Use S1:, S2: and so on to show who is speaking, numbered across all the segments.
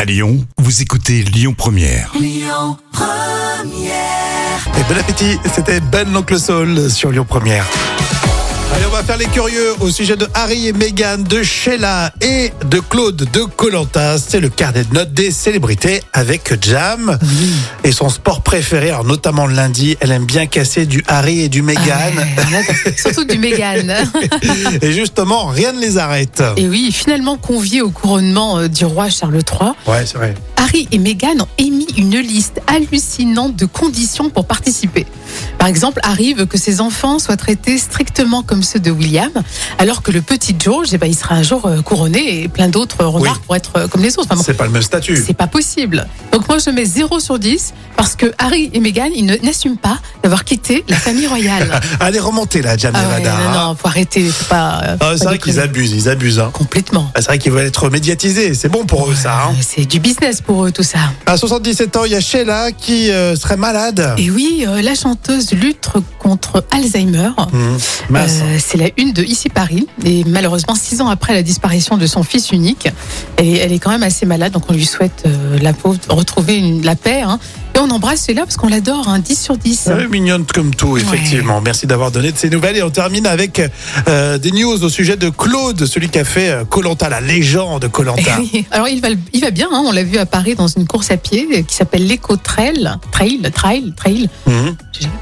S1: À Lyon, vous écoutez Lyon Première.
S2: Et bon appétit, c'était Ben l'oncle Sol sur Lyon Première. Allez, on va faire les curieux au sujet de Harry et Meghan, de Sheila et de Claude de Colanta. C'est le carnet de notes des célébrités avec Jam et son sport préféré, alors notamment le lundi. Elle aime bien casser du Harry et du Meghan.
S3: Ah Ouais, surtout du Mégane.
S2: et justement, rien ne les arrête.
S3: Et oui, finalement conviés au couronnement euh, du roi Charles III,
S2: Ouais, c'est vrai.
S3: Harry et Meghan ont émis une liste hallucinante de conditions pour participer. Par exemple, Harry veut que ses enfants soient traités strictement comme ceux de William, alors que le petit George, eh ben, il sera un jour euh, couronné et plein d'autres renards
S2: Oui.
S3: pour être euh, comme les autres. Enfin, bon,
S2: C'est pas le même statut.
S3: c'est pas possible. Donc moi, je mets 0 sur 10 parce que Harry et Meghan, ils ne- n'assument pas d'avoir quitté la famille royale.
S2: Allez, remontez là, Jam
S3: Ah ouais,
S2: Nevada.
S3: non,
S2: hein.
S3: non, faut arrêter. faut pas, euh,
S2: Ah,
S3: faut
S2: c'est
S3: pas
S2: vrai qu'ils
S3: déconner.
S2: abusent, ils abusent. hein.
S3: Complètement.
S2: Ah, C'est vrai qu'ils veulent être médiatisés, c'est bon pour eux ça. hein.
S3: Ouais, C'est du business pour eux tout ça.
S2: À 77 ans, il y a Sheila qui euh, serait malade.
S3: Et oui, euh, la chanteuse lutte contre Alzheimer.
S2: Mmh, mince.
S3: Euh, c'est la une de Ici Paris. Et malheureusement, six ans après la disparition de son fils unique, elle est, elle est quand même assez malade. Donc on lui souhaite euh, la pauvre, retrouver une- la paix. hein. Et on embrasse cela parce qu'on l'adore. hein, 10 sur 10.
S2: Euh, Elle est mignonne comme tout, effectivement. Merci d'avoir donné de ces nouvelles. Et on termine avec euh, des news au sujet de Claude, celui qui a fait euh, Colanta, la légende Colanta.
S3: Alors il va, il va bien, hein. on l'a vu à Paris dans une course à pied euh, qui s'appelle l'éco-trail, trail, trail, trail,
S2: Mmh.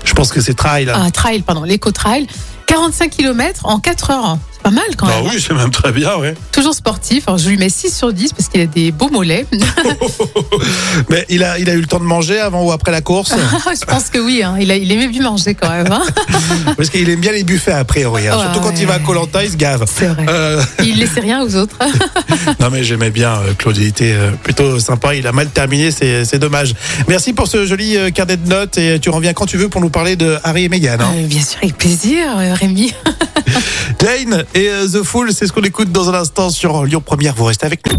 S2: Je pense que c'est trail. là.
S3: ah, trail, pardon, l'éco-trail, 45 km en 4 heures. C'est pas mal quand même. hein.
S2: Ah oui, c'est même très bien, ouais.
S3: Toujours sportif, Alors, je lui mets 6 sur 10 parce qu'il a des beaux mollets.
S2: Mais il a, il a eu le temps de manger avant ou après la course
S3: je pense que oui, hein. il, a- il aimait bien manger quand même. hein.
S2: Parce qu'il aime bien les buffets a priori. hein.
S3: Ouais,
S2: Surtout quand il va à
S3: ouais.
S2: Colanta, il se gave.
S3: C'est vrai.
S2: Euh,
S3: Il laissait rien aux autres.
S2: non mais j'aimais bien euh, Claude, il était euh, plutôt sympa, il a mal terminé, c'est c'est dommage. Merci pour ce joli euh, carnet de notes et tu reviens quand tu veux pour nous parler de Harry et Meghan. hein.
S3: Euh, bien sûr, avec plaisir, euh, Rémi.
S2: Jane et euh, The Fool, c'est ce qu'on écoute dans un instant sur Lyon Première. Vous restez avec nous.